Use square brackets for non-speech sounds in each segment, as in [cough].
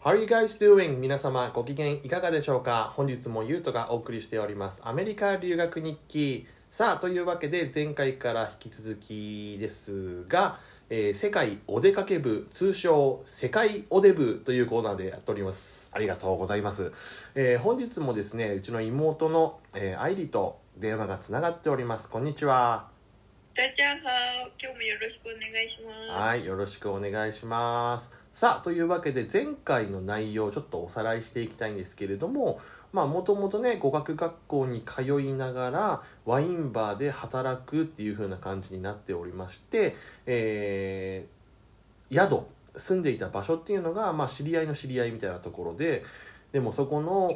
How are you guys doing? 皆様ご機嫌いかがでしょうか本日もゆうとがお送りしております。アメリカ留学日記。さあ、というわけで前回から引き続きですが、えー世界お出かけ部、通称世界おで部というコーナーでやっております。ありがとうございます。えー本日もですね、うちの妹の、えー、愛理と電話がつながっております。こんにちは。大家好，今日もよろしくお願いしまはい、よろしくお願いします。さあ、というわけで前回の内容をちょっとおさらいしていきたいんですけれども、まあ、もともとね、語学学校に通いながら、ワインバーで働くっていう風な感じになっておりまして、えー宿、住んでいた場所っていうのが、まあ、知り合いの知り合いみたいなところで、でもそこの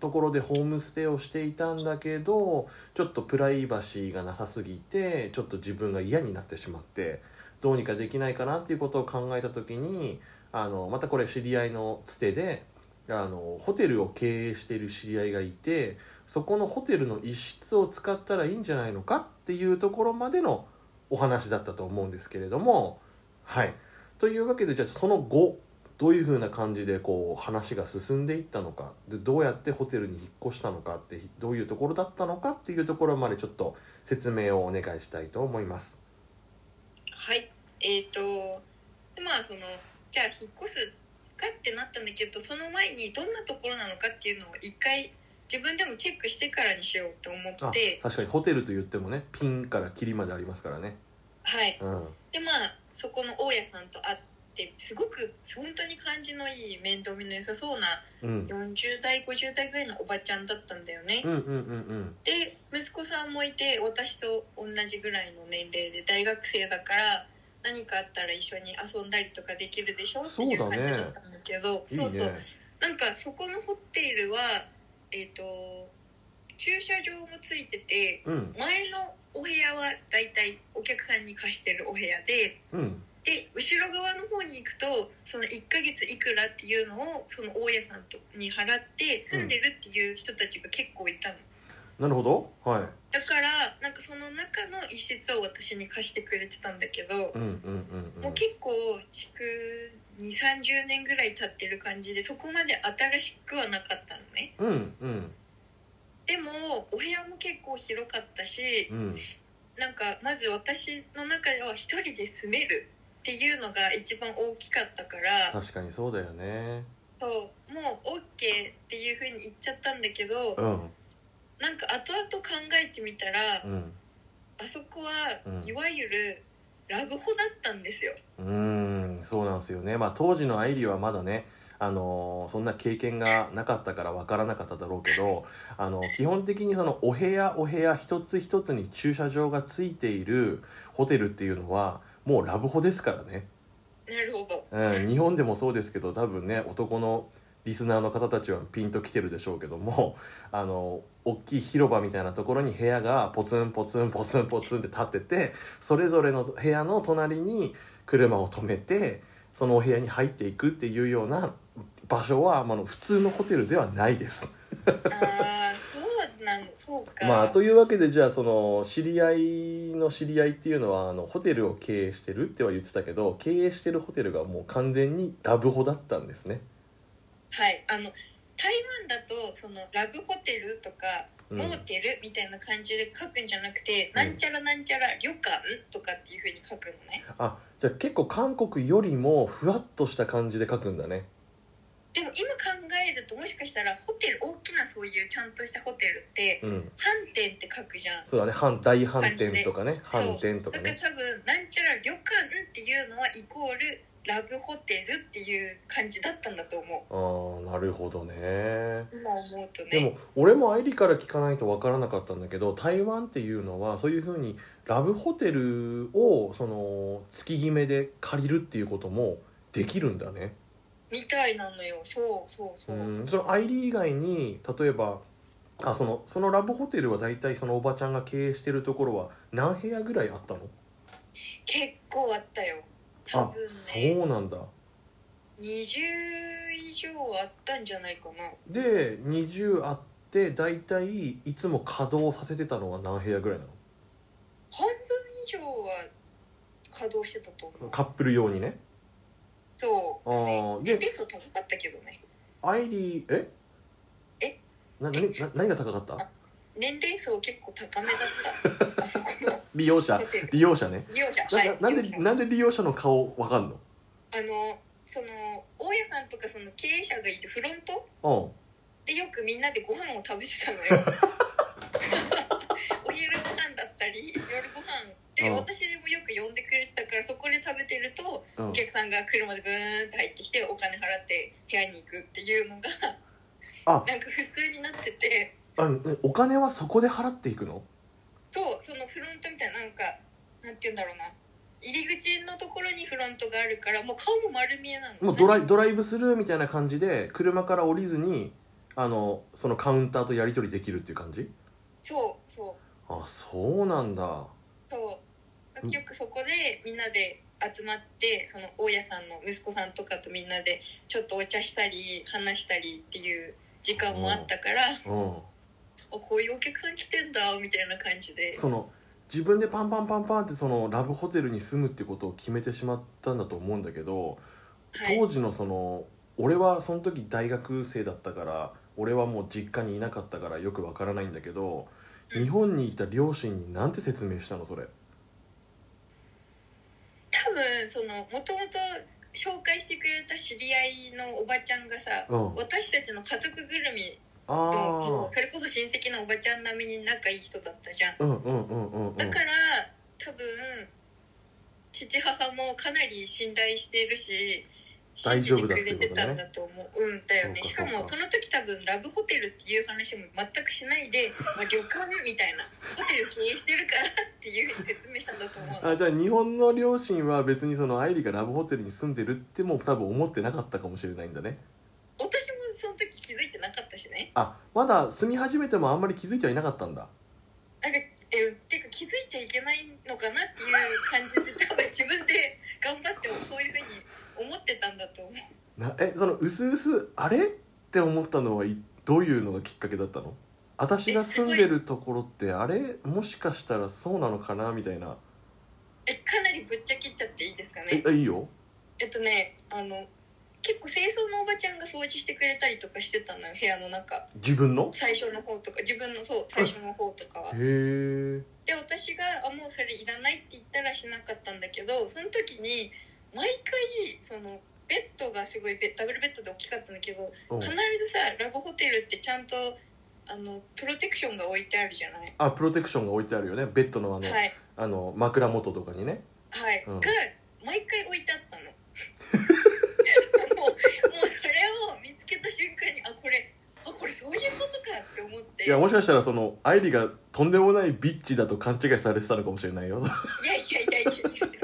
ところでホームステイをしていたんだけど、ちょっとプライバシーがなさすぎて、ちょっと自分が嫌になってしまって、どうにかできないかなっていうことを考えた時にあのまたこれ知り合いのつてであのホテルを経営している知り合いがいてそこのホテルの一室を使ったらいいんじゃないのかっていうところまでのお話だったと思うんですけれどもはいというわけでじゃあその後どういうふうな感じでこう話が進んでいったのかでどうやってホテルに引っ越したのかってどういうところだったのかっていうところまでちょっと説明をお願いしたいと思います。す。はい、えっ、ー、と、でまあそのじゃあ引っ越すかってなったんだけど、その前にどんなところなのかっていうのを一回自分でもチェックしてからにしようと思あって、確かにホテルと言ってもねピンからキリまでありますからねはい。うんでまあそこの大家さんと会って、すごく本当に感じのいい面倒見の良さそうなうん40代50代ぐらいのおばちゃんだったんだよねう。んうんうんで息子さんもいて私と同じぐらいの年齢で大学生だから何かあったら一緒に遊んだりとかできるでしょっていうそうだね感じだったんだけどうんいいそうそうねなんかそこのホテルはえっ、と駐車場もついててうん前のお部屋はだいたいお客さんに貸してるお部屋でうんで後ろ側の方に行くとその1ヶ月いくらっていうのをその大家さんとに払って住んでるっていう人たちが結構いたの。なるほどはいだからなんかその中の一室を私に貸してくれてたんだけど、うんうんうんうもうん結構築2 3 0年ぐらい経ってる感じでそこまで新しくはなかったのねうんうんでもお部屋も結構広かったしうんなんかまず私の中では一人で住めるっていうのが一番大きかったから確かにそうだよねそうもう OK っていうふうに言っちゃったんだけどうんなんか後々考えてみたらうんあそこはうんいわゆるラブホだったんですようーんそうなんですよねまあ当時の愛理はまだねあのーそんな経験がなかったから分からなかっただろうけどあの基本的にそのお部屋お部屋一つ一つに駐車場がついているホテルっていうのはもうラブホですからねなるほどうん、日本でもそうですけど多分ね男のリスナーの方たちはピンときてるでしょうけどもあの大きい広場みたいなところに部屋がポツンポツンポツンポツンって立っててそれぞれの部屋の隣に車を止めてそのお部屋に入っていくっていうような場所は、まああの、普通のホテルではないです。ああそうなのそうかまあ、というわけでじゃあその知り合いの知り合いっていうのはあのホテルを経営してるっては言ってたけど経営してるホテルがもう完全にラブホだったんですね。はいあの台湾だとそのラブホテルとかうんモーテルみたいな感じで書くんじゃなくて、うんなんちゃらなんちゃら旅館とかっていうふうに書くのねあじゃあ結構韓国よりもふわっとした感じで書くんだねでも今考えるともしかしたらホテル大きなそういうちゃんとしたホテルってうん飯店って書くじゃんそうだね反大反転とかね感じで反転とかだからね多分なんちゃら旅館っていうのはイコールラブホテルっていう感じだったんだと思あーなるほどねう今思うとねでも俺も愛理から聞かないと分からなかったんだけど台湾っていうのはそういうふうにラブホテルをその月決めで借りるっていうこともできるんだねみたいなのよそうそうそう、うん、そのアイリー以外に例えばあそのそのラブホテルは大体そのおばちゃんが経営してるところは何部屋ぐらいあったの結構あったよ多あ分ねそうなんだ20以上あったんじゃないかなで20あって大体いつも稼働させてたのは何部屋ぐらいな半分以上は稼働してたと思のうカップル用にねそうだねああ年で齢層高かったけどねアイリーええな何な何が高かった年齢層結構高めだっ [laughs] たあそこの利用者ホテル利用者ね利用者な,、はいななんで利用者なんで利用者の顔わかんのあのその大家さんとかその経営者がいるフロントうんでよくみんなでご飯を食べてたの [laughs] よお昼ご飯だったり夜ご飯でうん私にもよく呼んでくれてたからそこで食べてるとうんお客さんが車でグーンって入ってきてお金払って部屋に行くっていうのがあなんか普通になっててあのお金はそこで払っていくのとそのフロントみたいななんかなんて言うんだろうな入り口のところにフロントがあるからもう顔も丸見えなのもうドライドライブスルーみたいな感じで車から降りずにあのそのカウンターとやり取りできるっていう感じそうそうあそうなんだそううんよくそこでみんなで集まってその大家さんの息子さんとかとみんなでちょっとお茶したり話したりっていう時間もあったからあうんこういうお客さん来てんだみたいな感じでその自分でパンパンパンパンってそのラブホテルに住むってことを決めてしまったんだと思うんだけどはい当時のその俺はその時大学生だったから俺はもう実家にいなかったからよくわからないんだけどうん日本にいた両親になんて説明したのそれ多分そのもともと紹介してくれた知り合いのおばちゃんがさうん私たちの家族ぐるみあのあそれこそ親戚のおばちゃん並みに仲いい人だったじゃんうんうんうんうんうんだから多分父母もかなり信頼してるし信大じ丈夫だてくってれいうことねてたんだと思ううんだよねそうしかそかうかもその時多分ラブホテルっていう話も全くしないで、まあ、旅館みたいなホテル経営してるからっていうふうに説明したんだと思うのあじゃあ日本の両親は別にその愛梨がラブホテルに住んでるっても多分思ってなかったかもしれないんだね私もその時気づいてなかったしねあまだ住み始めてもあんまり気づいてはいなかったんだなんかえてか気づいちゃいけないのかなっていう感じで多分自分で頑張ってもそういうふうに思ってたんだと思うなえそのうすうすあれって思ったのはいどういうのがきっかけだったの私が住んでるところってあれもしかしたらそうなのかなみたいなえかなりぶっちゃけちゃっていいですかねえあいいよえっとねあの結構清掃のおばちゃんが掃除してくれたりとかしてたのよ部屋の中自分の最初の方とか自分のそう最初の方とかはへえで私が「あもうそれいらない」って言ったらしなかったんだけどその時に毎回そのベッドがすごいベダブルベッドで大きかったんだけどうん必ずさラブホテルってちゃんとあのプロテクションが置いてあるじゃないあプロテクションが置いてあるよねベッドのあの,、はいあの枕元とかにねはい、うんが毎回置いて [laughs] あったのもうもうそれを見つけた瞬間にあこれあこれそういうことかって思っていやもしかしたらその愛梨がとんでもないビッチだと勘違いされてたのかもしれないよ [laughs] いやいやいやいやいやもう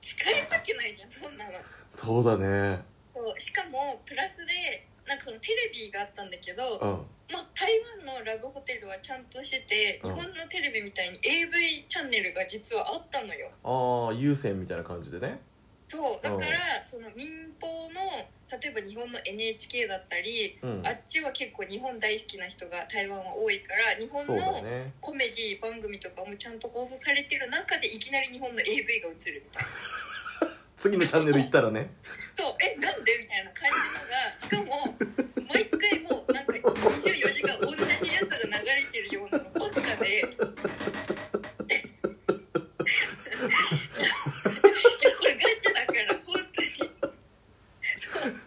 使えるわけないじゃんそんなのそうだねそうしかもプラスでなんかそのテレビがあったんだけど、うんまあ、台湾のラブホテルはちゃんとしててう日ん本のテレビみたいに AV チャンネルが実はあったのよああ優先みたいな感じでねそうだうんからその民放の例えば日本の NHK だったりうんあっちは結構日本大好きな人が台湾は多いから日本そうだのねコメディ番組とかもちゃんと放送されてる中でいきなり日本の AV が映るみたいな [laughs] 次のチャンネル行ったらねそうえなんでみたいな感じのがしかも毎回もうなんか24時間同じやつが流れてるようなのばっか [laughs] でえこれガチだから本当に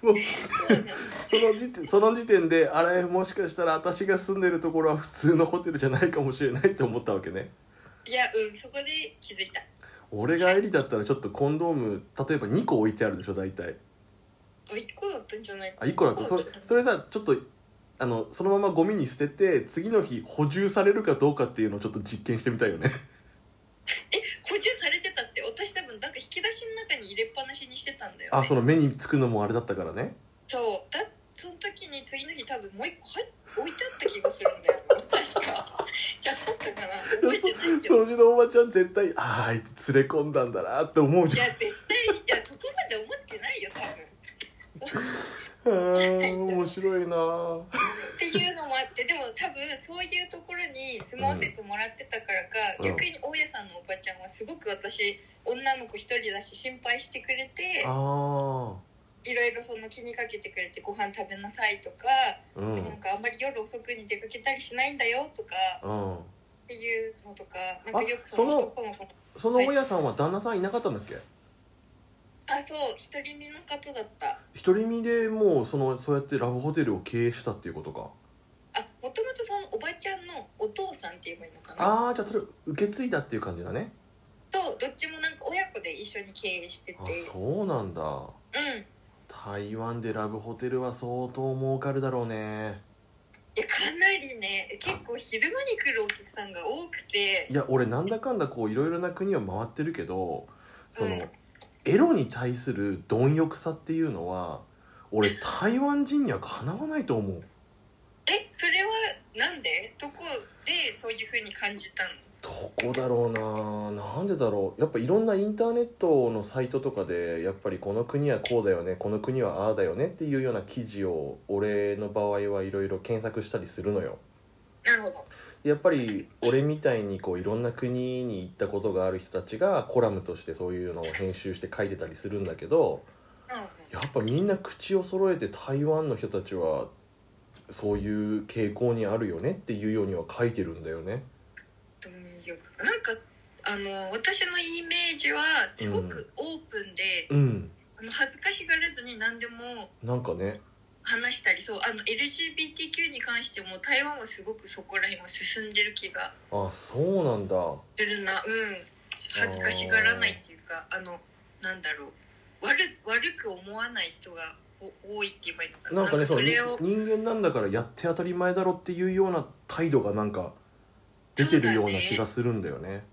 もうそうなそのの時点その時点であれもしかしたら私が住んでるところは普通のホテルじゃないかもしれないって思ったわけねいやうんそこで気づいた俺がエリだったらちょっとコンドーム例えば2個置いてあるでしょ大体あ1個だったんじゃないかあ1個だったそれたそれさちょっとあのそのままゴミに捨てて次の日補充されるかどうかっていうのをちょっと実験してみたいよね補充されてたって私多分なんか引き出しの中に入れっぱなしにしてたんだよ、ね、あ [laughs] その目につくのもあれだったからねそうだその時に次の日多分もう一個入っ置いてあった気がするんだよな確か [laughs] じゃあそうかな覚えてないけど掃除のおばちゃん絶対あーあいつ連れ込んだんだなって思ういじゃんや絶対にいやそこまで思ってないよ多分そうあー面白いなっていういうのもあってでも多分そういうところに住まわせてもらってたからか、うん逆に大家さんのおばちゃんはすごく私女の子一人だし心配してくれてあいろいろその気にかけてくれてご飯食べなさいとか、あうんうんなんかあんまり夜遅くに出かけたりしないんだよとかっていうのとかなんかよくそのあその男の子もその大家さんは旦那さんいなかったんだっけあそう独り身の方だった独り身でもうそのそうやってラブホテルを経営したっていうことかあもともとそのおばちゃんのお父さんって言えばいいのかなああじゃあそれ受け継いだっていう感じだねとどっちもなんか親子で一緒に経営しててあそうなんだうん台湾でラブホテルは相当儲かるだろうねいやかなりね結構昼間に来るお客さんが多くていや俺なんだかんだこういろいろな国を回ってるけどその、うんエロに対する貪欲さっていうのは俺台湾人にはかなわないと思うえそれはなんでどこでそういう風に感じたのどこだろうななんでだろうやっぱいろんなインターネットのサイトとかでやっぱりこの国はこうだよねこの国はああだよねっていうような記事を俺の場合はいろいろ検索したりするのよなるほどやっぱり俺みたいにこういろんな国に行ったことがある人たちがコラムとしてそういうのを編集して書いてたりするんだけどうんうんやっぱみんな口を揃えて台湾の人たちはそういう傾向にあるよねっていうようには書いてるんだよね貪欲なんかあの私のイメージはすごくオープンで、うんあの恥ずかしがらずに何でもなんかね話したりそうあの LGBTQ に関しても台湾はすごくそこら辺は進んでる気があそうなんだするなうん恥ずかしがらないっていうかあのなんだろう悪悪く思わない人がお多いって言えばいいのかななんかねそそのれを人間なんだからやって当たり前だろっていうような態度がなんか出てるような気がするんだよね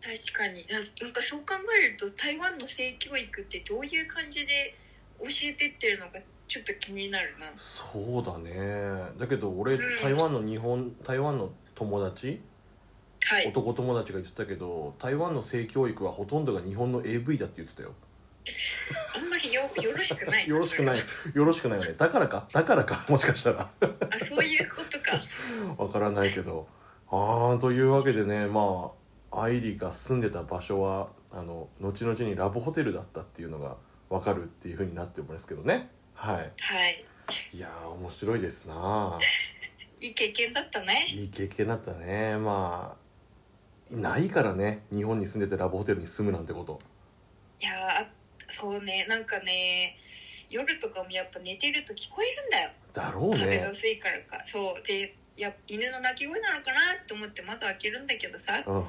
確かにななんかそう考えると台湾の性教育ってどういう感じで教えてってるのかちょっと気になるなそうだねだけど俺うん台湾の日本台湾の友達はい男友達が言ってたけど台湾の性教育はほとんどが日本の AV だって言ってたよあんまりよよろしくないよろしくないよろしくないよねだからかだからかもしかしたら [laughs] あそういうことかわからないけどああというわけでねまあアイリが住んでた場所はあの後々にラブホテルだったっていうのがわかるっていうふうになってもんですけどねはいはいいやー面白いですないい経験だったねいい経験だったねまあないからね日本に住んでてラブホテルに住むなんてこといやーあそうねなんかね夜とかもやっぱ寝てると聞こえるんだよだろう壁が [laughs] ね薄いからかそうでや犬の鳴き声なのかなと思って窓開けるんだけどさうん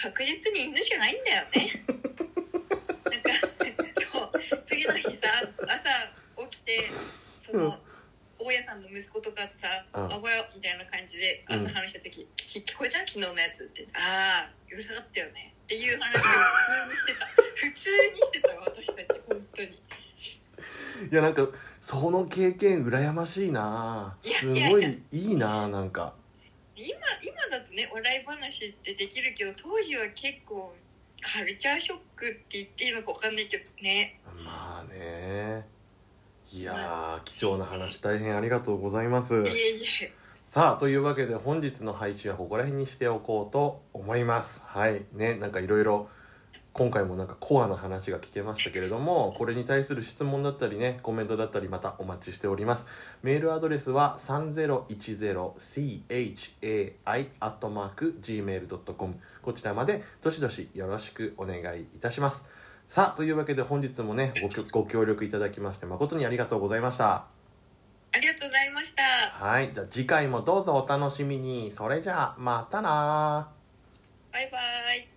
確実に犬じゃないんだよねなんかそう次の日さ朝起きてその、うん大家さんの息子とかとさ「うんあぼよ」みたいな感じでうん朝話した時「き聞こえた昨日のやつ」って「ああうるさかったよね」っていう話を普通にしてた普通にしてたわ私たち本当にいやなんかその経験羨ましいなあいやすいやごいいいなあなんか今今だとね笑い話ってできるけど当時は結構カルチャーショックって言っていいのか分かんないけどねまあねいやー貴重な話大変ありがとうございますいえいえさあというわけで本日の配信はここら辺にしておこうと思いますはいねなんかいろいろ今回もなんかコアな話が聞けましたけれどもこれに対する質問だったりねコメントだったりまたお待ちしておりますメールアドレスは 3010chai.gmail.com こちらまでどしどしよろしくお願いいたしますさあというわけで本日もねごきょご協力いただきまして誠にありがとうございましたありがとうございましたはい、じゃあ次回もどうぞお楽しみに。それじゃあ、またなー。バイバイ